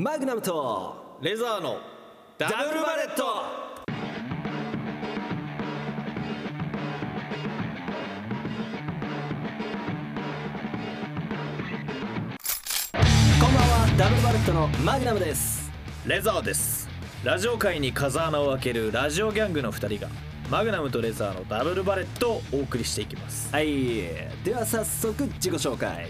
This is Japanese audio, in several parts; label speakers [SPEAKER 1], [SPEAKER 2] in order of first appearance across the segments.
[SPEAKER 1] マグナムと
[SPEAKER 2] レザーのダブルバレット
[SPEAKER 1] こんばんはダブルバレットのマグナムです
[SPEAKER 2] レザーですラジオ界に風穴を開けるラジオギャングの2人がマグナムとレザーのダブルバレットをお送りしていきます
[SPEAKER 1] はいでは早速自己紹介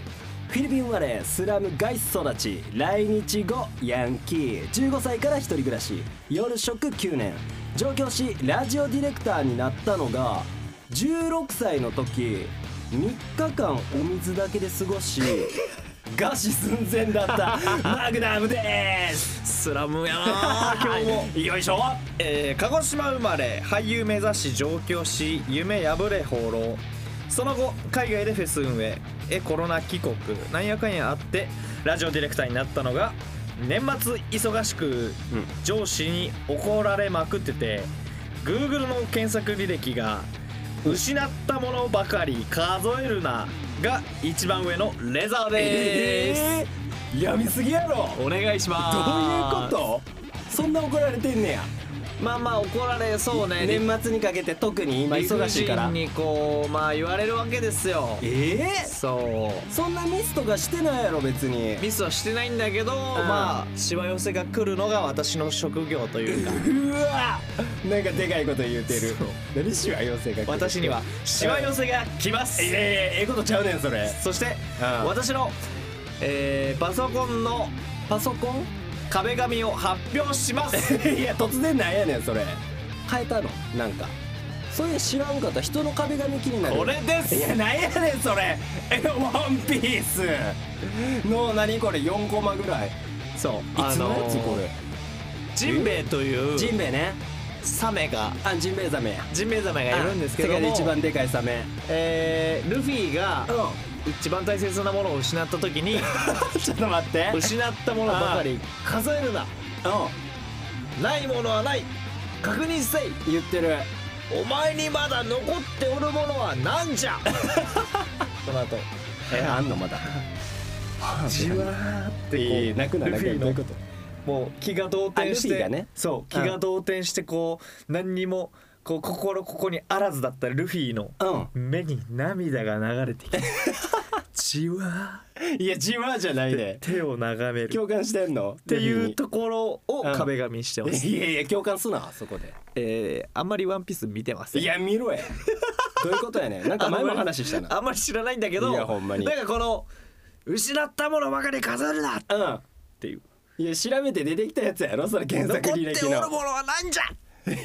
[SPEAKER 1] フィリピン生まれスラム街育ち来日後ヤンキー15歳から一人暮らし夜食9年上京しラジオディレクターになったのが16歳の時3日間お水だけで過ごし餓死寸前だったマグナムです
[SPEAKER 2] スラムやな今日も、
[SPEAKER 1] よいしょ
[SPEAKER 2] えー鹿児島生まれ俳優目指し上京し夢破れ放浪その後海外でフェス運営えコロナ帰国なんやかんやあってラジオディレクターになったのが年末忙しく
[SPEAKER 1] うん
[SPEAKER 2] 上司に怒られまくってて Google の検索履歴が「失ったものばかり数えるな」が一番上のレザーです、
[SPEAKER 1] えー、やみすぎやろ
[SPEAKER 2] お願いしま
[SPEAKER 1] どう
[SPEAKER 2] すういうこ
[SPEAKER 1] いうことそんな怒られてんねや
[SPEAKER 2] とまあまあ怒られそうね
[SPEAKER 1] 年末にかけて特に今忙しいから
[SPEAKER 2] 理不尽にこうまあ言われるわけですよ
[SPEAKER 1] ええ
[SPEAKER 2] そう
[SPEAKER 1] そんなミスとかしてないやろ別に
[SPEAKER 2] ミスはしてないんだけどまあしわ寄せが来るのが私の職業というか
[SPEAKER 1] うわなんかでかいこと言うてる何しわ妖精が
[SPEAKER 2] 私にはしわ寄せが来ます
[SPEAKER 1] ええええことちゃうねんそれ
[SPEAKER 2] そして
[SPEAKER 1] うん
[SPEAKER 2] 私の、えーパソコンの
[SPEAKER 1] パソコン
[SPEAKER 2] 壁紙を発表します
[SPEAKER 1] いや突然なんやねんそれ変えたのなんかそれ知らんかった人の壁紙気になる
[SPEAKER 2] これです
[SPEAKER 1] いやなんやねんそれえワンピースの何これ4コマぐらい
[SPEAKER 2] そう
[SPEAKER 1] いつのやつ
[SPEAKER 2] ー
[SPEAKER 1] これ
[SPEAKER 2] ジンベエという
[SPEAKER 1] ジンベエね
[SPEAKER 2] サメが
[SPEAKER 1] あジンベエザメや
[SPEAKER 2] ジンベエザメがいるんですけども
[SPEAKER 1] 世界で一番でかいサメ
[SPEAKER 2] えールフィが一番大切なものを失った時に
[SPEAKER 1] ん ちょっと待ってうん
[SPEAKER 2] 失ったものばかり数えるなないものはない確認せい
[SPEAKER 1] 言ってる
[SPEAKER 2] お前にまだ残っておるものはなんじゃこの後
[SPEAKER 1] えあんのまだ
[SPEAKER 2] じわーって
[SPEAKER 1] え
[SPEAKER 2] い
[SPEAKER 1] ー
[SPEAKER 2] う
[SPEAKER 1] なくな
[SPEAKER 2] ル
[SPEAKER 1] な
[SPEAKER 2] フ
[SPEAKER 1] くな
[SPEAKER 2] ィ
[SPEAKER 1] どうい
[SPEAKER 2] の
[SPEAKER 1] うこと
[SPEAKER 2] もう気が動転
[SPEAKER 1] あ
[SPEAKER 2] し
[SPEAKER 1] ルフィ
[SPEAKER 2] て
[SPEAKER 1] がね
[SPEAKER 2] そう気
[SPEAKER 1] うん
[SPEAKER 2] が動転してこう何にもこう心ここにあらずだったルフィの
[SPEAKER 1] う
[SPEAKER 2] 目に涙が流れてきてじわーっ
[SPEAKER 1] んいやじわじゃない
[SPEAKER 2] て
[SPEAKER 1] で
[SPEAKER 2] 手を眺めるっ
[SPEAKER 1] 共感してんのって
[SPEAKER 2] いうところを
[SPEAKER 1] うん
[SPEAKER 2] 壁紙にしてます、
[SPEAKER 1] いやいや共感すなそこで
[SPEAKER 2] えーあんまりワンピース見てません
[SPEAKER 1] いや見ろやどういうことやねんなんか前も話したな
[SPEAKER 2] あんまり知らないんだけど
[SPEAKER 1] いやほんまに
[SPEAKER 2] なんかこの失ったものばかり飾るなっ
[SPEAKER 1] うん
[SPEAKER 2] ていう
[SPEAKER 1] いや調べて出てきたやつやろそれ原
[SPEAKER 2] 残って
[SPEAKER 1] 作
[SPEAKER 2] お
[SPEAKER 1] 履歴の
[SPEAKER 2] るものはなんじゃ
[SPEAKER 1] いや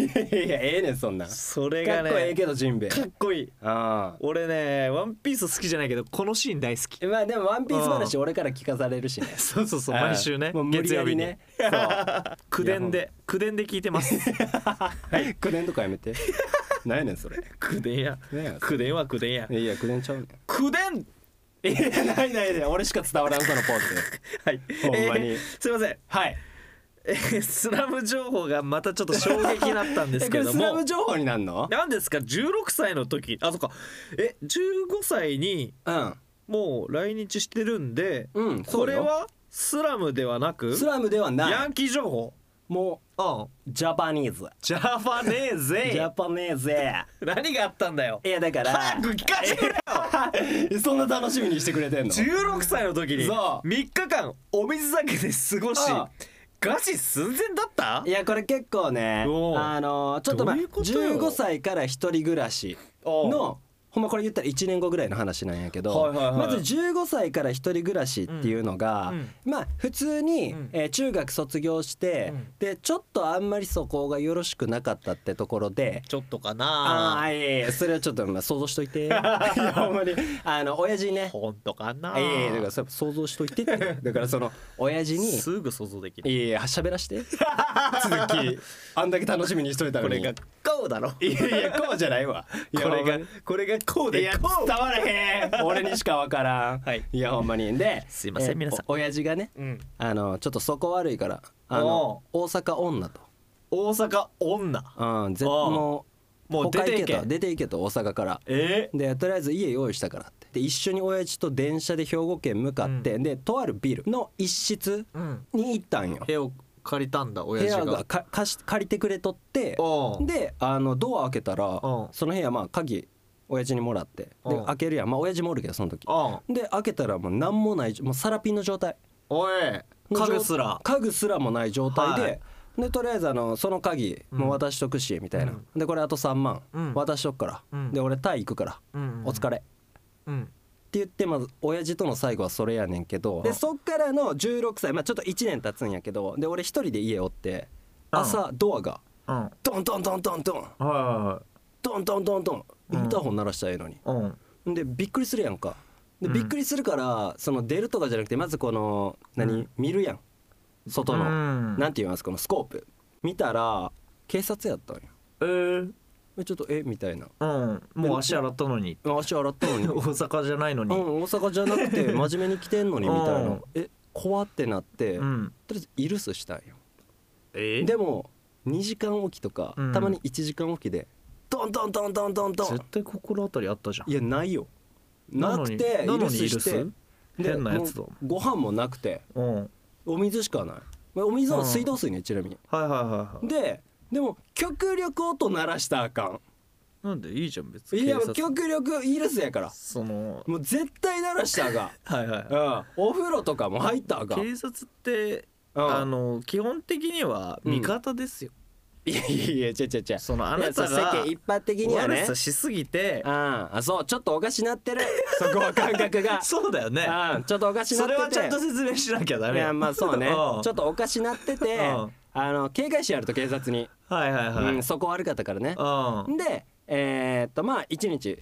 [SPEAKER 1] いやええねんそんなんかっ
[SPEAKER 2] それがね
[SPEAKER 1] こええけどジンベエ
[SPEAKER 2] かっこいい
[SPEAKER 1] あ
[SPEAKER 2] 俺ねワンピース好きじゃないけどこのシーン大好き
[SPEAKER 1] あまあでもワンピース話俺から聞かされるしね
[SPEAKER 2] そうそうそう毎週ね
[SPEAKER 1] もう無理
[SPEAKER 2] 月
[SPEAKER 1] や
[SPEAKER 2] 曜
[SPEAKER 1] り
[SPEAKER 2] 日に
[SPEAKER 1] ねそう
[SPEAKER 2] 口伝で口伝で聞いてます
[SPEAKER 1] はい口伝とかやめて何やねんそれ
[SPEAKER 2] 口伝や
[SPEAKER 1] ねえ
[SPEAKER 2] 口伝は口伝や
[SPEAKER 1] いや口伝ちゃうねん
[SPEAKER 2] 口伝
[SPEAKER 1] いやないないない俺しか伝わらんそのポーズ
[SPEAKER 2] はい
[SPEAKER 1] ほんまに
[SPEAKER 2] えーすいません
[SPEAKER 1] はい
[SPEAKER 2] えースラム情報がまたちょっと衝撃だったんですけ
[SPEAKER 1] えこれ
[SPEAKER 2] ど
[SPEAKER 1] スラ
[SPEAKER 2] も
[SPEAKER 1] ム情報になんの
[SPEAKER 2] なんですか16歳の時あそっかえ15歳に
[SPEAKER 1] うん
[SPEAKER 2] もう来日してるんで、
[SPEAKER 1] うんそうよ
[SPEAKER 2] これはスラムではなく
[SPEAKER 1] スラムではな
[SPEAKER 2] ヤ
[SPEAKER 1] い
[SPEAKER 2] ンキー情報
[SPEAKER 1] も
[SPEAKER 2] うん
[SPEAKER 1] うジャパニーズ
[SPEAKER 2] ジャパネー
[SPEAKER 1] ジャ
[SPEAKER 2] ゼ
[SPEAKER 1] パネーズ
[SPEAKER 2] 何があったんだよ
[SPEAKER 1] いやだから
[SPEAKER 2] 早く聞かせてくれよ
[SPEAKER 1] そんな楽しみにしてくれてんの
[SPEAKER 2] 16歳の時に
[SPEAKER 1] そ
[SPEAKER 2] 3
[SPEAKER 1] う
[SPEAKER 2] 日間お水だけで過ごし
[SPEAKER 1] ああ
[SPEAKER 2] 餓死寸前だった
[SPEAKER 1] いやこれ結構ね
[SPEAKER 2] おう
[SPEAKER 1] あのちょっとまあ
[SPEAKER 2] どういうことよ
[SPEAKER 1] 15歳から一人暮らし
[SPEAKER 2] おう
[SPEAKER 1] のほんまこれ言ったら1年後ぐらいの話なんやけど、
[SPEAKER 2] はいはいはい
[SPEAKER 1] まず15歳から一人暮らしっていうのが、
[SPEAKER 2] うんうん
[SPEAKER 1] まあ普通に、
[SPEAKER 2] うん
[SPEAKER 1] えー中学卒業して、
[SPEAKER 2] うん
[SPEAKER 1] でちょっとあんまりそこがよろしくなかったってところで。
[SPEAKER 2] ちょっとか
[SPEAKER 1] あ
[SPEAKER 2] な
[SPEAKER 1] あいやいやそれはちょっとまあ想像しとい ていやほんまにあの親父にね
[SPEAKER 2] ほんとかない
[SPEAKER 1] やいやだからそれ想像しといて ってだからその親父に
[SPEAKER 2] すぐ想像でき
[SPEAKER 1] い
[SPEAKER 2] る
[SPEAKER 1] やいや喋らして 続きあんだけ楽しみにしといたの
[SPEAKER 2] こ
[SPEAKER 1] に
[SPEAKER 2] れがこうだろこ
[SPEAKER 1] いやいやこうじゃないわいや
[SPEAKER 2] れ
[SPEAKER 1] ほんま
[SPEAKER 2] が
[SPEAKER 1] に
[SPEAKER 2] これがこう
[SPEAKER 1] い
[SPEAKER 2] で
[SPEAKER 1] や伝
[SPEAKER 2] こう
[SPEAKER 1] わらへん俺にしかわからん、
[SPEAKER 2] はい
[SPEAKER 1] やほんまにです
[SPEAKER 2] いません皆さん
[SPEAKER 1] お親父がね
[SPEAKER 2] うん
[SPEAKER 1] あのちょっと底悪いからあの大阪女と、
[SPEAKER 2] 大阪女
[SPEAKER 1] うん、ぜ
[SPEAKER 2] おう
[SPEAKER 1] もう
[SPEAKER 2] もう
[SPEAKER 1] 他
[SPEAKER 2] 出ていけ
[SPEAKER 1] 行と出ていけと大阪から
[SPEAKER 2] え
[SPEAKER 1] でとりあえず家用意したからってって一緒に親父と電車で兵庫県向かって、でとあるビルの一室
[SPEAKER 2] うん
[SPEAKER 1] に行ったんよ
[SPEAKER 2] 部屋を借りたんだ
[SPEAKER 1] 部
[SPEAKER 2] 親
[SPEAKER 1] 屋
[SPEAKER 2] 父
[SPEAKER 1] が
[SPEAKER 2] が
[SPEAKER 1] か貸し借りてくれとって
[SPEAKER 2] おう
[SPEAKER 1] であのドア開けたら
[SPEAKER 2] うん
[SPEAKER 1] その部屋まあ鍵親父にもらってで
[SPEAKER 2] うん
[SPEAKER 1] 開けるやんまあ親父もおるけどその時
[SPEAKER 2] おう
[SPEAKER 1] で開けたらもう何もないもうサラピンの状態
[SPEAKER 2] おい家具すら
[SPEAKER 1] 家具すらもない状態で、
[SPEAKER 2] はい
[SPEAKER 1] でとりあえずあのその鍵もう渡しとくしみたいな、
[SPEAKER 2] うん
[SPEAKER 1] でこれあと3万
[SPEAKER 2] うん
[SPEAKER 1] 渡しとくから、
[SPEAKER 2] うん
[SPEAKER 1] で俺タイ行くから、
[SPEAKER 2] うん
[SPEAKER 1] お疲れって
[SPEAKER 2] うん
[SPEAKER 1] 言ってまず親父との最後はそれやねんけどでそっからの16歳まあちょっと1年経つんやけどで俺一人で家おって
[SPEAKER 2] うん
[SPEAKER 1] 朝ドアが
[SPEAKER 2] うんはい
[SPEAKER 1] ドンドンドンドンドン
[SPEAKER 2] は
[SPEAKER 1] ドンドンドンドンインターホン鳴らしたらええのに
[SPEAKER 2] いはいうん
[SPEAKER 1] でびっくりするやんかで
[SPEAKER 2] うん
[SPEAKER 1] びっくりするからその出るとかじゃなくてまずこの
[SPEAKER 2] う
[SPEAKER 1] 何
[SPEAKER 2] ん
[SPEAKER 1] 見るやん外の
[SPEAKER 2] うん
[SPEAKER 1] なんて言いますこのスコープ見たら警察やったんよ
[SPEAKER 2] えー
[SPEAKER 1] えちょっとえみたいな
[SPEAKER 2] うんもう足洗ったのに
[SPEAKER 1] あ足洗ったの に、
[SPEAKER 2] 大
[SPEAKER 1] うん、
[SPEAKER 2] 阪じゃないのに
[SPEAKER 1] 大阪じゃなくて真面目に来てんのにみたいうなんえ怖ってなって、
[SPEAKER 2] う
[SPEAKER 1] と
[SPEAKER 2] ん
[SPEAKER 1] りあえずイルスしたんよ
[SPEAKER 2] え
[SPEAKER 1] でも2時間おきとか、
[SPEAKER 2] うん
[SPEAKER 1] たまに1時間おきでドンドンドンドンドンド
[SPEAKER 2] 絶
[SPEAKER 1] ン
[SPEAKER 2] 対心当たりあったじゃん
[SPEAKER 1] いやないよなくて
[SPEAKER 2] な
[SPEAKER 1] イ
[SPEAKER 2] の
[SPEAKER 1] ル
[SPEAKER 2] に
[SPEAKER 1] スして
[SPEAKER 2] なのに
[SPEAKER 1] で
[SPEAKER 2] 変なやつだ
[SPEAKER 1] もうご飯もなくて
[SPEAKER 2] うんはい
[SPEAKER 1] お水しかないまあお水
[SPEAKER 2] う
[SPEAKER 1] は
[SPEAKER 2] ん
[SPEAKER 1] 水道水ねちなみに
[SPEAKER 2] はいはいはい
[SPEAKER 1] ででも極力音鳴らしたらあかん
[SPEAKER 2] なんでいいじゃん別に
[SPEAKER 1] いや
[SPEAKER 2] 警察
[SPEAKER 1] 極力イルスやから
[SPEAKER 2] その
[SPEAKER 1] もう絶対鳴らしたら
[SPEAKER 2] はいは
[SPEAKER 1] あ
[SPEAKER 2] い
[SPEAKER 1] かん、うん、お風呂とかも入ったらあかん、うん、
[SPEAKER 2] 警察ってあの基本的には味方ですよ、
[SPEAKER 1] いやいやいやちゃちゃちゃ
[SPEAKER 2] そのあなた
[SPEAKER 1] いやそう
[SPEAKER 2] が
[SPEAKER 1] 世間一般的にはね
[SPEAKER 2] 悪さしすぎて
[SPEAKER 1] ああそうちょっとおかしなっ てるそこは感覚 が
[SPEAKER 2] そうだよね
[SPEAKER 1] ああちょっとおかしな
[SPEAKER 2] そ
[SPEAKER 1] って
[SPEAKER 2] れ
[SPEAKER 1] て
[SPEAKER 2] はちゃんと説明しなきゃダ
[SPEAKER 1] い
[SPEAKER 2] メよ
[SPEAKER 1] やまあそうね
[SPEAKER 2] うん
[SPEAKER 1] ちょっとおかしなってて
[SPEAKER 2] うん
[SPEAKER 1] あの警戒心あると警察に、
[SPEAKER 2] はいはいはい、
[SPEAKER 1] う
[SPEAKER 2] うん
[SPEAKER 1] ん、そこ悪かったからね
[SPEAKER 2] うん
[SPEAKER 1] でえーっとまあ1日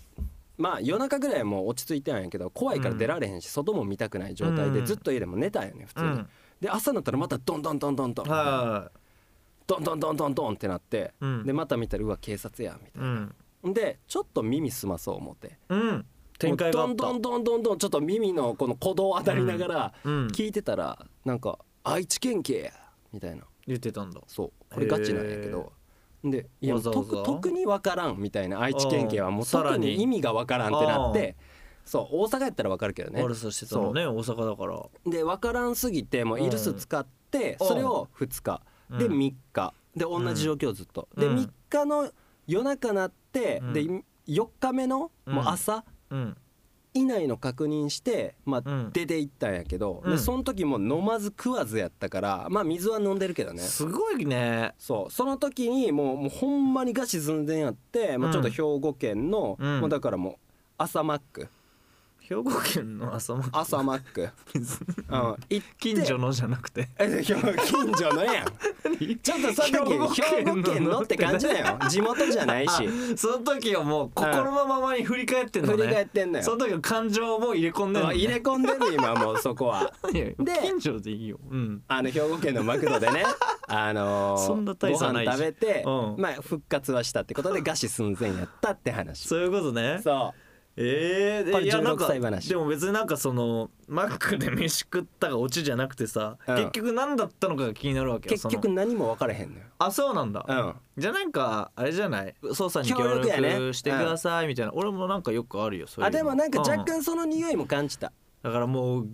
[SPEAKER 1] まあ夜中ぐらいもう落ち着いてなんやけど怖いから出られへんし、外も見たくない状態で
[SPEAKER 2] うん
[SPEAKER 1] ずっと家でも寝たんよね普通に、
[SPEAKER 2] うん
[SPEAKER 1] で朝になったらまたドンドンドンドンドン、
[SPEAKER 2] は
[SPEAKER 1] ドンドンドンドンドンってなって、
[SPEAKER 2] うん
[SPEAKER 1] でまた見たらうわ警察やみたい
[SPEAKER 2] いうん
[SPEAKER 1] なでちょっと耳澄まそう思って
[SPEAKER 2] うん展開があ
[SPEAKER 1] も
[SPEAKER 2] っ
[SPEAKER 1] う
[SPEAKER 2] た
[SPEAKER 1] ドンドンドンドンドンちょっと耳のこの鼓動当たりながら
[SPEAKER 2] うん
[SPEAKER 1] 聞いてたらなんか「愛知県警や」みたいな
[SPEAKER 2] 言ってたんだ
[SPEAKER 1] そうこれガチなんやけどでいや
[SPEAKER 2] わざわざ
[SPEAKER 1] 特特に分からんみたいな愛知県警はもう
[SPEAKER 2] さら
[SPEAKER 1] 特
[SPEAKER 2] に
[SPEAKER 1] に意味が分からんってなってそう大阪やったら分かるけどね
[SPEAKER 2] 悪さしてたのね大阪だから
[SPEAKER 1] で分からんすぎてもうイルス使って
[SPEAKER 2] うん
[SPEAKER 1] それを2日
[SPEAKER 2] うん
[SPEAKER 1] で3日で同じ状況ずっとで
[SPEAKER 2] うん
[SPEAKER 1] 3日の夜中なって
[SPEAKER 2] うん
[SPEAKER 1] で4日目のもううん朝
[SPEAKER 2] うん
[SPEAKER 1] 以内の確認してま
[SPEAKER 2] う
[SPEAKER 1] あ
[SPEAKER 2] ん
[SPEAKER 1] 出て行ったんやけど
[SPEAKER 2] う
[SPEAKER 1] で
[SPEAKER 2] ん
[SPEAKER 1] その時もう飲まず食わずやったからまあ水は飲んでるけどね
[SPEAKER 2] すごいね
[SPEAKER 1] そうその時にもうもうほんまにガチ寸前やって、まあ、ちょっと兵庫県の、
[SPEAKER 2] うん
[SPEAKER 1] もうだからもう朝マック
[SPEAKER 2] 兵庫県の朝ま
[SPEAKER 1] 朝マック、うん、行って
[SPEAKER 2] 近所のじゃなくて
[SPEAKER 1] えひょ近所の やんちょっとその時
[SPEAKER 2] 兵
[SPEAKER 1] 兵
[SPEAKER 2] 庫県の
[SPEAKER 1] 庫県のって感じだよ地元じゃないし
[SPEAKER 2] あその時はもう心のままに振り返ってんのね
[SPEAKER 1] 振り返ってんのよ
[SPEAKER 2] その時の感情も入れ込んでんの、
[SPEAKER 1] うん
[SPEAKER 2] ね、
[SPEAKER 1] 入れ込んでる今もうそこは
[SPEAKER 2] で
[SPEAKER 1] で
[SPEAKER 2] 近所でいいようん
[SPEAKER 1] あの兵庫県のマクドで ねあのー
[SPEAKER 2] そんな大
[SPEAKER 1] ご
[SPEAKER 2] 差な
[SPEAKER 1] 飯
[SPEAKER 2] いし
[SPEAKER 1] 食べて、
[SPEAKER 2] うん
[SPEAKER 1] まあ復活はしたってこと で餓死寸前やったって話
[SPEAKER 2] そういうことね
[SPEAKER 1] そう
[SPEAKER 2] ええー、
[SPEAKER 1] これ
[SPEAKER 2] いやなんか
[SPEAKER 1] 16歳話
[SPEAKER 2] でも別になんかそのマックで飯食ったがオチじゃなくてさ、
[SPEAKER 1] うん
[SPEAKER 2] 結局何だったのかが気になるわけよ
[SPEAKER 1] 結
[SPEAKER 2] その
[SPEAKER 1] 局何も分からへんのよ
[SPEAKER 2] あそうなんだ、
[SPEAKER 1] うん
[SPEAKER 2] じゃあなんかあれじゃない捜査に
[SPEAKER 1] 協
[SPEAKER 2] 協
[SPEAKER 1] 力やね
[SPEAKER 2] 力してくださいみたいな、俺もなんかよくあるよそういう
[SPEAKER 1] あ
[SPEAKER 2] の
[SPEAKER 1] でもなんか
[SPEAKER 2] う
[SPEAKER 1] 若干その匂いも感じた、
[SPEAKER 2] だからもう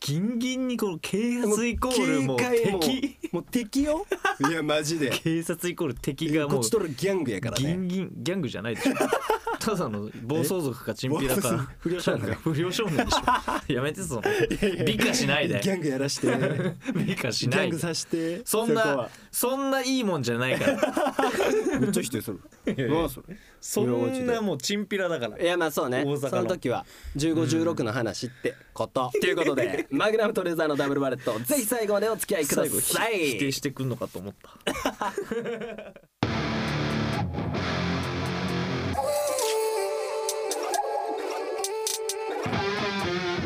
[SPEAKER 2] ギンギンにこの警
[SPEAKER 1] もう
[SPEAKER 2] 察イコールもう
[SPEAKER 1] 警戒も
[SPEAKER 2] 敵
[SPEAKER 1] もう敵よ いやマジで
[SPEAKER 2] 警察イコール敵が
[SPEAKER 1] こ
[SPEAKER 2] も
[SPEAKER 1] っ
[SPEAKER 2] う
[SPEAKER 1] ちとるギャングやから
[SPEAKER 2] ギン
[SPEAKER 1] ね
[SPEAKER 2] ギンギャングじゃないでしょただの暴走族かチンピラ
[SPEAKER 1] 暴
[SPEAKER 2] か
[SPEAKER 1] 走不良少年
[SPEAKER 2] なんか不良少年でしょ やめてその美化しないで
[SPEAKER 1] ギャングやらしてギャ
[SPEAKER 2] 美化しな
[SPEAKER 1] ン
[SPEAKER 2] い
[SPEAKER 1] グ
[SPEAKER 2] で
[SPEAKER 1] さして
[SPEAKER 2] そんなそんないいもんじゃないから
[SPEAKER 1] めっちゃ否定す る何それ
[SPEAKER 2] そんなもうチンピラだから
[SPEAKER 1] いやまあそうね
[SPEAKER 2] 大阪の
[SPEAKER 1] その時は1516の話ってことということ でマグナムとレザーのダブルバレットぜひ最後までお付き合いくだ
[SPEAKER 2] 最後ひ
[SPEAKER 1] さ
[SPEAKER 2] 否定
[SPEAKER 1] い
[SPEAKER 2] してくんのかと思った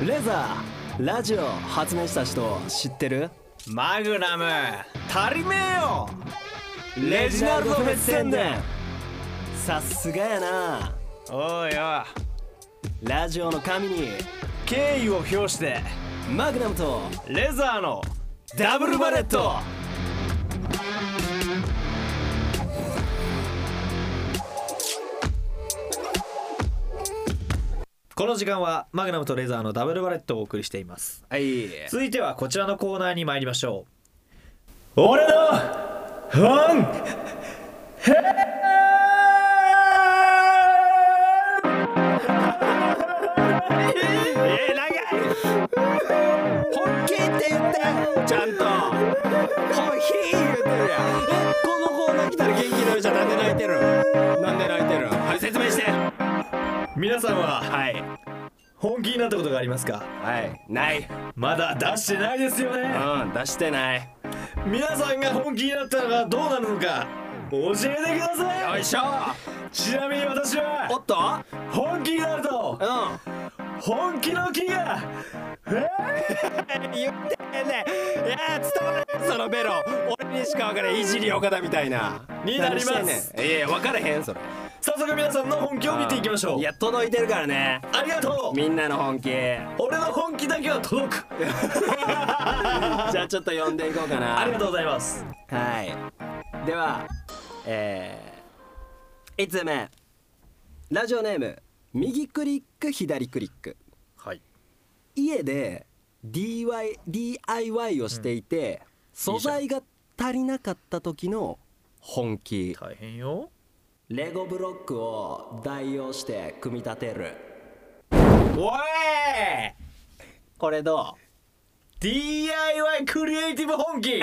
[SPEAKER 1] レザーラジオ発明した人知ってる
[SPEAKER 2] マグナム足りねえよ
[SPEAKER 1] レ
[SPEAKER 2] レ
[SPEAKER 1] ジ
[SPEAKER 2] ジ
[SPEAKER 1] ナ
[SPEAKER 2] ナ
[SPEAKER 1] ル
[SPEAKER 2] ル
[SPEAKER 1] ドフ
[SPEAKER 2] ドフ
[SPEAKER 1] ェ
[SPEAKER 2] ェ
[SPEAKER 1] ス
[SPEAKER 2] ス
[SPEAKER 1] 宣
[SPEAKER 2] 宣
[SPEAKER 1] 伝
[SPEAKER 2] 伝
[SPEAKER 1] さすがやな
[SPEAKER 2] おいお
[SPEAKER 1] ラジオの神に
[SPEAKER 2] い敬意を表して
[SPEAKER 1] マグナムと
[SPEAKER 2] レザーのダブルバレットこの時間はマグナムとレザーのダブルバレットをお送りしています
[SPEAKER 1] はい
[SPEAKER 2] 続いてはこちらのコーナーに参りましょう俺の本えー長い
[SPEAKER 1] 本気って言ってちゃんと本気言ってるやんえこのコーナー来たら元気になるじゃんなんで泣いてるなんで泣いてるはい説明して
[SPEAKER 2] 皆さんは
[SPEAKER 1] はい
[SPEAKER 2] 本気になったことがありますか
[SPEAKER 1] はいない
[SPEAKER 2] まだ出してないですよね
[SPEAKER 1] うん出してない
[SPEAKER 2] 皆さんが本気になったのがどうなるのか教えてくださ
[SPEAKER 1] よ
[SPEAKER 2] い
[SPEAKER 1] いしょ
[SPEAKER 2] ちなみに私
[SPEAKER 1] お
[SPEAKER 2] は
[SPEAKER 1] っと
[SPEAKER 2] 本気になると
[SPEAKER 1] う
[SPEAKER 2] 本気の気が
[SPEAKER 1] ん言ってねいや伝わらんそのベロ俺にしか分からんいじり岡田みたいな
[SPEAKER 2] になります
[SPEAKER 1] 何してんねんいやいや分からへんそれ
[SPEAKER 2] 早速皆さんの本気を見ていきましょう
[SPEAKER 1] いや届いてるからね
[SPEAKER 2] ありがとう
[SPEAKER 1] みんなの本気じ
[SPEAKER 2] 俺の本気だけは届く
[SPEAKER 1] ゃあちょっと呼んでいこうかな
[SPEAKER 2] ありがとうございます
[SPEAKER 1] はい。では、えー、5つ目。ラジオネーム、右クリック、左クリック。
[SPEAKER 2] はい
[SPEAKER 1] 家で DIY, DIY をしていて、素材が足りなかった時の本気。
[SPEAKER 2] 大変よ
[SPEAKER 1] レゴブロックを代用して組み立てる。
[SPEAKER 2] おい
[SPEAKER 1] これど
[SPEAKER 2] DIY クリエイティブ本気
[SPEAKER 1] う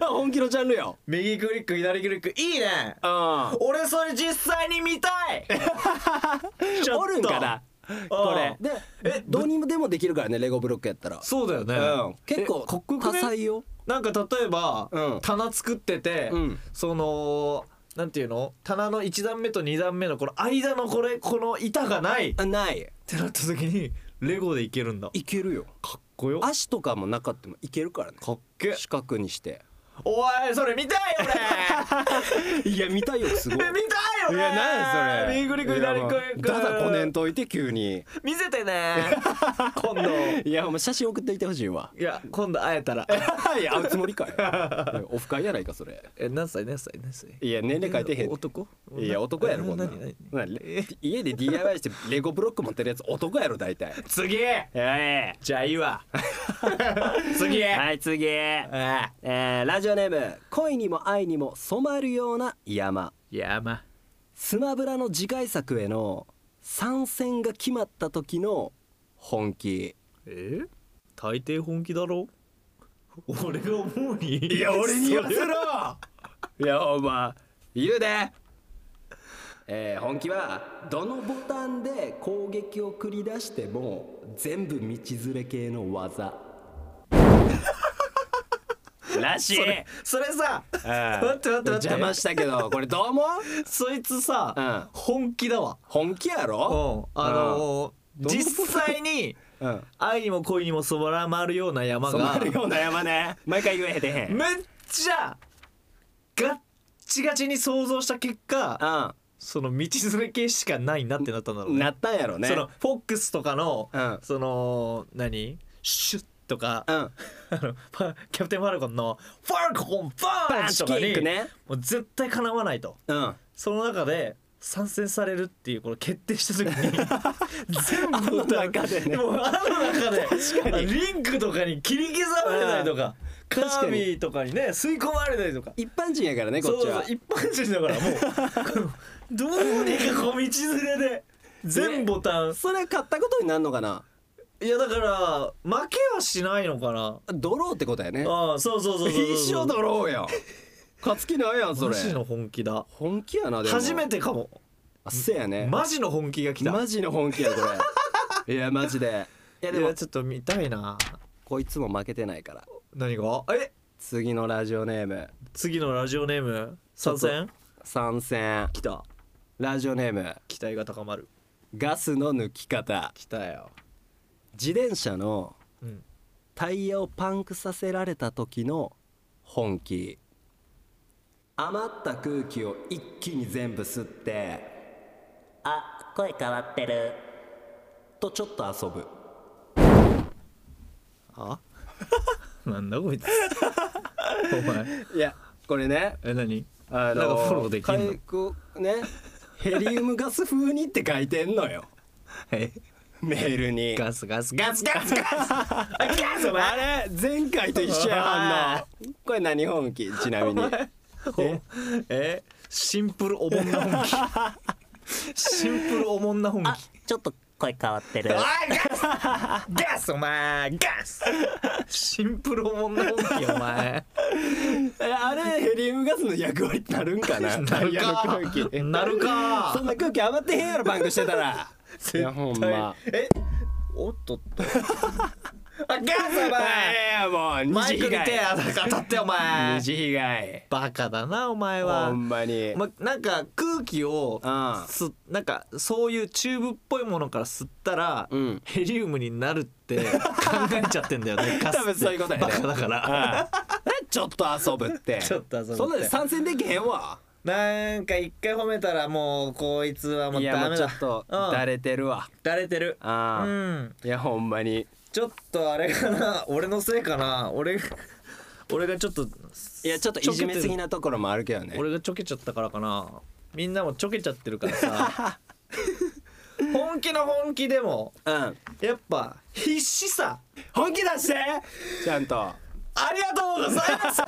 [SPEAKER 1] 本気のジャンルよ。
[SPEAKER 2] 右クリック左クリックいいね
[SPEAKER 1] うん。
[SPEAKER 2] 俺それ実際に見たい ちょっと
[SPEAKER 1] おるんかなこれ。で、
[SPEAKER 2] え
[SPEAKER 1] どうにでもできるからね、レゴブロックやったら。
[SPEAKER 2] そうだよね、
[SPEAKER 1] うん、結構
[SPEAKER 2] えかっこよ
[SPEAKER 1] 多
[SPEAKER 2] くね
[SPEAKER 1] 彩よ。
[SPEAKER 2] なんか例えば、
[SPEAKER 1] うん
[SPEAKER 2] 棚作ってて、
[SPEAKER 1] うん
[SPEAKER 2] そのなんていうの棚の1段目と2段目のこの間のこれこの板がないっ
[SPEAKER 1] あない。
[SPEAKER 2] てなった時にレゴでいけるんだ
[SPEAKER 1] いけるよ。
[SPEAKER 2] かっこよ
[SPEAKER 1] 足とかもなかったもいけるからね。
[SPEAKER 2] かっけ
[SPEAKER 1] 四角にして。
[SPEAKER 2] おいそれ見たい よ
[SPEAKER 1] いや見たいよすごい。
[SPEAKER 2] 俺見たいよね右グリグリ左グリグリ
[SPEAKER 1] だだこねんといて急に。
[SPEAKER 2] 見せてね今度
[SPEAKER 1] いやお前写真送っといてほしいわ。
[SPEAKER 2] いや今度会えたら
[SPEAKER 1] いや会うつもりかい。 いやオフ会やないかそれ。
[SPEAKER 2] え何歳何歳何歳
[SPEAKER 1] いや年齢変えてへん。
[SPEAKER 2] 男
[SPEAKER 1] いや男やろこんなん
[SPEAKER 2] 何何
[SPEAKER 1] なレ家で DIY してレゴブロック持ってるやつ男やろ大体。
[SPEAKER 2] 次
[SPEAKER 1] え
[SPEAKER 2] じゃあい いわ次
[SPEAKER 1] え はい次。
[SPEAKER 2] ああ
[SPEAKER 1] えーラジオネーム恋にも愛にも染まるような山
[SPEAKER 2] 山
[SPEAKER 1] スマブラの次回作への参戦が決まった時の本気
[SPEAKER 2] え大抵本気だろ俺が思うにい
[SPEAKER 1] い や俺に言わせろ
[SPEAKER 2] ろ
[SPEAKER 1] いやお前言うでえー本気はどのボタンで攻撃を繰り出しても全部道連れ系の 技らしい
[SPEAKER 2] それそれさ待って待って待って
[SPEAKER 1] 邪魔したけどこれどう思う
[SPEAKER 2] そいつさ、
[SPEAKER 1] うん
[SPEAKER 2] 本気だわ
[SPEAKER 1] 本気や
[SPEAKER 2] うん
[SPEAKER 1] ろ
[SPEAKER 2] あのー
[SPEAKER 1] どう
[SPEAKER 2] 実際に
[SPEAKER 1] うん
[SPEAKER 2] 愛にも恋にも染まるような山
[SPEAKER 1] 染ま
[SPEAKER 2] が
[SPEAKER 1] るような山 ね毎回言えへんてへん
[SPEAKER 2] めっちゃガッチガチに想像した結果その道連れ系しかないなってなったんだろ
[SPEAKER 1] う
[SPEAKER 2] うんね
[SPEAKER 1] なったんやろね
[SPEAKER 2] そのフォックスとかの、
[SPEAKER 1] うん
[SPEAKER 2] その何シュッとか、
[SPEAKER 1] う
[SPEAKER 2] あ
[SPEAKER 1] ん
[SPEAKER 2] のファキャプテンファルコンのファルコンファ
[SPEAKER 1] バ
[SPEAKER 2] ーン
[SPEAKER 1] チ
[SPEAKER 2] と
[SPEAKER 1] キ
[SPEAKER 2] か
[SPEAKER 1] ッ
[SPEAKER 2] に、
[SPEAKER 1] クね
[SPEAKER 2] もう絶対かなわないと
[SPEAKER 1] うん
[SPEAKER 2] その中で参戦されるっていうこの決定した時に 全部
[SPEAKER 1] あの中でね
[SPEAKER 2] もうあの中でリンクとかに切り刻まれたりとかカ
[SPEAKER 1] 確かに
[SPEAKER 2] ービィとかにね吸い込まれたりとか
[SPEAKER 1] 一般人やからねこ
[SPEAKER 2] そ
[SPEAKER 1] っ
[SPEAKER 2] う
[SPEAKER 1] ち
[SPEAKER 2] そう
[SPEAKER 1] は
[SPEAKER 2] 一般人だからもう このどうにかこう道連れで全ボタン
[SPEAKER 1] それ買ったことになるのかない
[SPEAKER 2] やだから負けはしないのかな。
[SPEAKER 1] ドローってことやね
[SPEAKER 2] ああそうそうそうそうそう。
[SPEAKER 1] 一生ドローやん勝つ気ないやんそ
[SPEAKER 2] マ
[SPEAKER 1] れ
[SPEAKER 2] ジの本気だ。
[SPEAKER 1] 本気やなでも
[SPEAKER 2] 初めてかも。
[SPEAKER 1] あせやね
[SPEAKER 2] マジの本気が来た。
[SPEAKER 1] マジの本気やこ れいやマジでいやで
[SPEAKER 2] い
[SPEAKER 1] も
[SPEAKER 2] やちょっと見たいな。
[SPEAKER 1] こいつも負けてないから
[SPEAKER 2] 何が？え
[SPEAKER 1] 次のラジオネーム
[SPEAKER 2] 次のラジオネーム参戦？
[SPEAKER 1] 参戦
[SPEAKER 2] 来た。
[SPEAKER 1] ラジオネーム
[SPEAKER 2] 期待が高まる。
[SPEAKER 1] ガスの抜き方
[SPEAKER 2] 来たよ。
[SPEAKER 1] 自転車の
[SPEAKER 2] うん。
[SPEAKER 1] タイヤをパンクさせられた時の本気余った空気を一気に全部吸ってあ声変わってるとちょっと遊ぶ
[SPEAKER 2] あ？ なんだ こいつ。お前。
[SPEAKER 1] いやこれね
[SPEAKER 2] え何？
[SPEAKER 1] あの
[SPEAKER 2] なんかフォローできんの
[SPEAKER 1] 回復ねヘリウムガス風にって書いてんのよ
[SPEAKER 3] はい
[SPEAKER 1] メールに
[SPEAKER 3] ガスガスガスガスガス
[SPEAKER 1] あれ前回と一緒や反応これ何本気ちなみにえ
[SPEAKER 3] えシンプルおもんな本気シンプルおもんな本気
[SPEAKER 4] ちょっと声変わってる。
[SPEAKER 2] ガスお前ガ ス
[SPEAKER 3] シンプルおもんな本気お前
[SPEAKER 1] えあれヘリウムガスの役割ってなるんか なタイヤの空気
[SPEAKER 3] なるか
[SPEAKER 1] そんな空気余ってへんやろバンクしてたらいやほんま
[SPEAKER 2] えおっ とっとあガスお前
[SPEAKER 1] やもう二
[SPEAKER 3] マイクに手当たってお前
[SPEAKER 1] 二次被害
[SPEAKER 3] バカだなお前は
[SPEAKER 1] ほんまに
[SPEAKER 3] ま、なんか空気を
[SPEAKER 1] うん
[SPEAKER 3] すなんかそういうチューブっぽいものから吸ったら、
[SPEAKER 1] うん
[SPEAKER 3] ヘリウムになるって考えちゃってんだよ ねガスって
[SPEAKER 1] 多分そういうことやね
[SPEAKER 3] バカだから
[SPEAKER 1] ああ ちょっと遊ぶって
[SPEAKER 2] ちょっと遊ぶって
[SPEAKER 1] そんなん参戦できへんわ
[SPEAKER 2] なんか一回褒めたらもうこいつはもう
[SPEAKER 1] いや
[SPEAKER 2] ダ
[SPEAKER 1] もう
[SPEAKER 2] メ
[SPEAKER 1] ちょ
[SPEAKER 2] だ
[SPEAKER 1] っと
[SPEAKER 2] うん
[SPEAKER 1] だれてるわ
[SPEAKER 2] だれてるう
[SPEAKER 1] あ
[SPEAKER 2] ん
[SPEAKER 1] あいやほんまに
[SPEAKER 2] ちょっとあれかな 俺のせいかな俺俺がちょっと
[SPEAKER 1] いやちょっといじめすぎなところもあるけどね
[SPEAKER 2] 俺がちょけちゃったからかなみんなもちょけちゃってるからさ本気の本気でも
[SPEAKER 1] うん
[SPEAKER 2] やっぱ必死さ
[SPEAKER 1] 本気出してちゃんと
[SPEAKER 2] ありがとうございます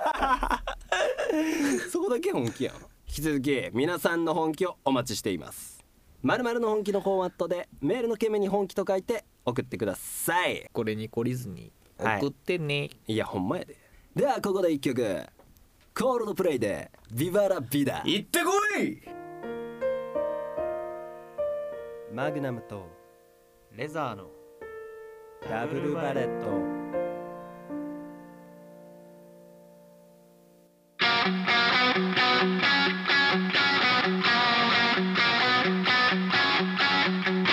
[SPEAKER 1] そこだけ本気やん引き続き皆さんの本気をお待ちしていますまるの本気のフォーマットでメールの件名に本気と書いて送ってください
[SPEAKER 3] これに懲りずに
[SPEAKER 1] はい
[SPEAKER 3] 送ってね、
[SPEAKER 1] いやほんまやでではここで一曲コールドプレイでビバラビダ
[SPEAKER 2] 行ってこい
[SPEAKER 1] マグナムと
[SPEAKER 3] レザーの
[SPEAKER 1] ダブルバレット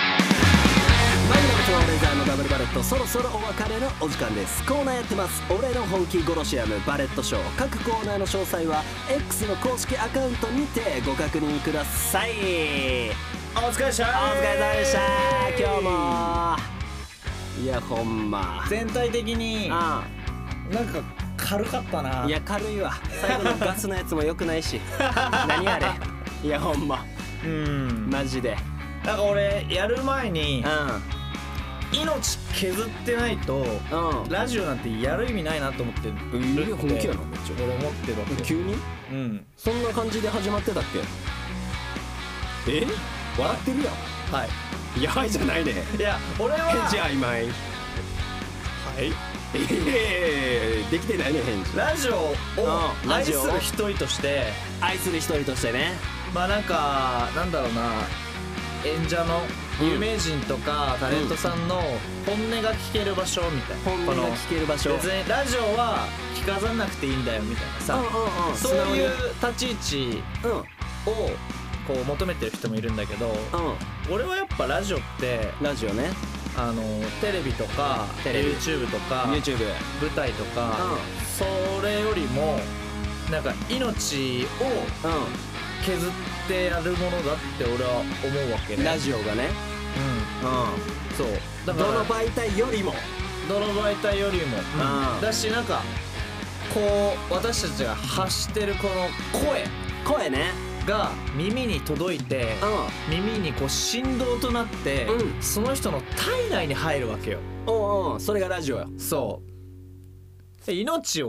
[SPEAKER 1] マイナムとレザーのダブルバレットそろそろお別れのお時間ですコーナーやってます俺の本気殺しアムバレットショー各コーナーの詳細は X の公式アカウントにてご確認ください
[SPEAKER 2] お疲れっしたお
[SPEAKER 1] お疲れ様でした今日もいやほんま
[SPEAKER 2] 全体的になん
[SPEAKER 1] あ
[SPEAKER 2] か軽かった
[SPEAKER 1] あ
[SPEAKER 2] ない
[SPEAKER 1] や軽いわ最後のガスのやつも良くない し何あれいやほんま
[SPEAKER 2] うん
[SPEAKER 1] マジで
[SPEAKER 2] なんか俺やる前に
[SPEAKER 1] う
[SPEAKER 2] 命削ってないと
[SPEAKER 1] んうん
[SPEAKER 2] ラジオなんてやる意味ないなと思ってるって
[SPEAKER 1] いや本気やなめっちゃ
[SPEAKER 2] 俺思ってるわけ
[SPEAKER 1] 急
[SPEAKER 2] よ
[SPEAKER 1] に
[SPEAKER 2] うん
[SPEAKER 1] そんな感じで始まってたっけえ笑ってるや
[SPEAKER 2] はい
[SPEAKER 1] んやばいじゃない ね
[SPEAKER 2] いや 俺は
[SPEAKER 1] 返事曖昧はいえできてないね返事
[SPEAKER 2] ラジオを
[SPEAKER 1] うんラ
[SPEAKER 2] 愛
[SPEAKER 1] ジ
[SPEAKER 2] す
[SPEAKER 1] オを
[SPEAKER 2] る一人として
[SPEAKER 1] 愛する一人としてね
[SPEAKER 2] まあなんかなんだろうな演者の有名人とかタレントさんの本音が聞ける場所みたいな
[SPEAKER 1] 本音
[SPEAKER 2] こ
[SPEAKER 1] が
[SPEAKER 2] の
[SPEAKER 1] 聞ける場所
[SPEAKER 2] 別にラジオは聞かざんなくていいんだよみたいな
[SPEAKER 1] うん
[SPEAKER 2] さ
[SPEAKER 1] うんうん
[SPEAKER 2] そういう立ち位置
[SPEAKER 1] 素直に
[SPEAKER 2] をこう求めてる人もいるんだけど
[SPEAKER 1] うんうん
[SPEAKER 2] 俺はやっぱラジオって
[SPEAKER 1] ラジオね
[SPEAKER 2] あのテレビとか
[SPEAKER 1] テレビ
[SPEAKER 2] YouTube とか
[SPEAKER 1] YouTube
[SPEAKER 2] 舞台とか
[SPEAKER 1] う
[SPEAKER 2] それよりもなんか命を
[SPEAKER 1] う
[SPEAKER 2] 削ってやるものだって俺は思うわけ
[SPEAKER 1] ん
[SPEAKER 2] ね
[SPEAKER 1] ラジオがね
[SPEAKER 2] う
[SPEAKER 1] うん
[SPEAKER 2] そうだ
[SPEAKER 1] ん
[SPEAKER 2] か
[SPEAKER 1] どの
[SPEAKER 2] ら
[SPEAKER 1] 媒体よりも
[SPEAKER 2] どの媒体よりも、
[SPEAKER 1] うん
[SPEAKER 2] だしなんかこう私たちが発してるこの声
[SPEAKER 1] 声ね
[SPEAKER 2] が耳に届いて
[SPEAKER 1] う
[SPEAKER 2] 耳にこう振動となって、
[SPEAKER 1] うん
[SPEAKER 2] その人の体内に入るわけよ
[SPEAKER 1] んうんうんそれがラジオよ
[SPEAKER 2] そうで命
[SPEAKER 1] う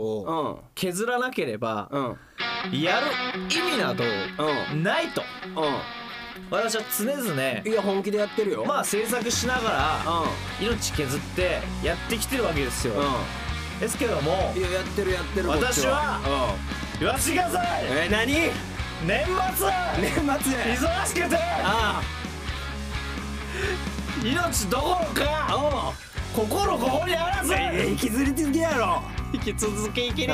[SPEAKER 1] ん
[SPEAKER 2] を削らなければ
[SPEAKER 1] うんうん
[SPEAKER 2] やる意味などないと
[SPEAKER 1] う
[SPEAKER 2] 私は常
[SPEAKER 1] ん
[SPEAKER 2] 々
[SPEAKER 1] いや本気でやってるよ
[SPEAKER 2] まあ制作しながら命削ってやってきてるわけですよ、
[SPEAKER 1] う
[SPEAKER 2] ですけども
[SPEAKER 1] んうんいややってるやってる
[SPEAKER 2] 私は
[SPEAKER 1] こっち
[SPEAKER 2] 言わしてください
[SPEAKER 1] うんえ何年
[SPEAKER 2] 年末
[SPEAKER 1] 末
[SPEAKER 2] 忙しくて
[SPEAKER 1] あ
[SPEAKER 2] 命どころ
[SPEAKER 1] あ
[SPEAKER 2] か
[SPEAKER 1] おう
[SPEAKER 2] 心ここにあらず
[SPEAKER 1] え引きずり続けや ろ
[SPEAKER 2] 引き続き生きる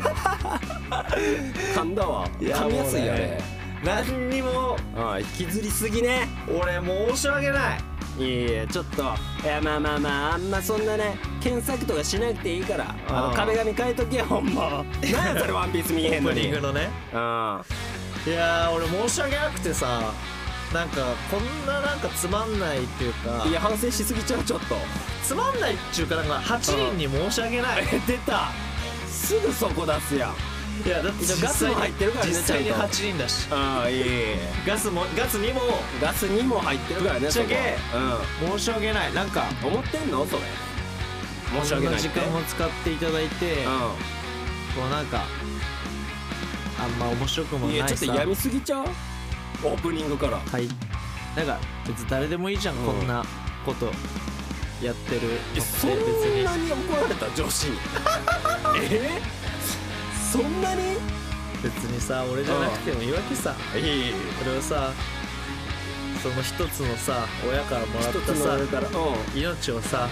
[SPEAKER 1] 噛んだわ
[SPEAKER 2] いや
[SPEAKER 1] 噛みやすいよ
[SPEAKER 2] もう
[SPEAKER 1] ね
[SPEAKER 2] ね何にも
[SPEAKER 1] うん引きずりすぎね
[SPEAKER 2] 俺申し訳ない
[SPEAKER 1] いやいやちょっといやまあまあまああんまそんなね検索とかしなくていいからあ
[SPEAKER 2] う
[SPEAKER 1] の
[SPEAKER 2] ん
[SPEAKER 1] 壁紙変えとけよほんまなんやそれワンピース見えへんのにうん
[SPEAKER 2] のね
[SPEAKER 1] あ
[SPEAKER 2] いやー俺申し訳なくてさなんかこんななんかつまんないっていうか
[SPEAKER 1] いや反省しすぎちゃうちょっと
[SPEAKER 2] つまんないっちゅうかなんか8人に申し訳ない
[SPEAKER 1] 出たすぐそこ出すやん
[SPEAKER 2] いやだって
[SPEAKER 1] 一応ガスも入ってるからね
[SPEAKER 2] 実際に
[SPEAKER 1] ちゃんと
[SPEAKER 2] 8人だし
[SPEAKER 1] ああいい
[SPEAKER 2] ガスもガスにも
[SPEAKER 1] ガスにも入ってるからね
[SPEAKER 2] ぶっちゃけ
[SPEAKER 1] そこは
[SPEAKER 2] 申し訳ないなんか
[SPEAKER 1] うん思ってんのそれ申し訳
[SPEAKER 2] こんな
[SPEAKER 1] ない
[SPEAKER 2] 時
[SPEAKER 1] って
[SPEAKER 2] 間を使っていただいてこうなんかあんま面白く
[SPEAKER 1] う
[SPEAKER 2] も
[SPEAKER 1] んい
[SPEAKER 2] な
[SPEAKER 1] や
[SPEAKER 2] い
[SPEAKER 1] ちょ
[SPEAKER 2] さ
[SPEAKER 1] っとやみすぎちゃうオープニングから
[SPEAKER 2] はいなんか別に誰でもいいじゃん、
[SPEAKER 1] うん
[SPEAKER 2] こんなことやってるのって
[SPEAKER 1] え
[SPEAKER 2] 別
[SPEAKER 1] そん
[SPEAKER 2] に
[SPEAKER 1] なに怒られた女子に えそんなに
[SPEAKER 2] 別にさ俺じゃなくてもいいわけさ
[SPEAKER 1] いい
[SPEAKER 2] これをさその一つのさ親からもらっ
[SPEAKER 1] 一つ
[SPEAKER 2] た
[SPEAKER 1] の
[SPEAKER 2] さ
[SPEAKER 1] あれからうんうん
[SPEAKER 2] 命をさ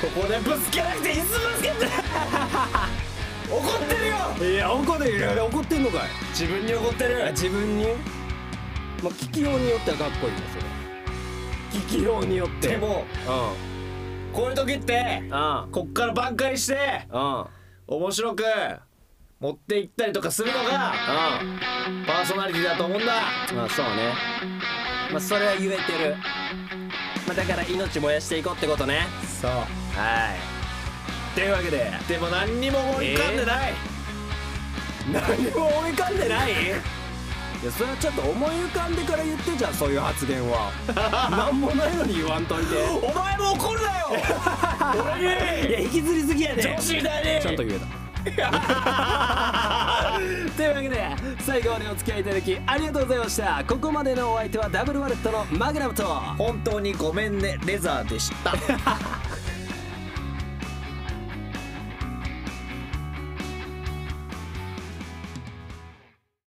[SPEAKER 2] ここでぶつけなくていつぶつけて怒ってるよ
[SPEAKER 1] いや怒ってるいやいや怒ってんのかい
[SPEAKER 2] 自分に怒って
[SPEAKER 1] あ
[SPEAKER 2] る
[SPEAKER 1] 自分にまあ聞きようによってはかっこいいなそれ聞きようによって
[SPEAKER 2] でも
[SPEAKER 1] う
[SPEAKER 2] こういう時って
[SPEAKER 1] んあ
[SPEAKER 2] こっから挽回して
[SPEAKER 1] あ
[SPEAKER 2] 面白く持っていったりとかするのが
[SPEAKER 1] あ
[SPEAKER 2] パーソナリティだと思うんだ
[SPEAKER 1] まあそうねまあそれは言えてるまあだから命燃やしていこうってことね
[SPEAKER 2] そう
[SPEAKER 1] はいというわけで
[SPEAKER 2] でも何にも思い浮かんでない、
[SPEAKER 1] 何も思い浮かんでないいやそれはちょっと思い浮かんでから言ってじゃんそういう発言 は何もないのに言わんといて
[SPEAKER 2] お前も怒るな よ俺に
[SPEAKER 1] いや引きずりすぎやで
[SPEAKER 2] 女子だね
[SPEAKER 1] ちゃんと言えた というわけで最後までお付き合いいただきありがとうございましたここまでのお相手はダブルワレットのマグナムと
[SPEAKER 2] 本当にごめんねレザーでした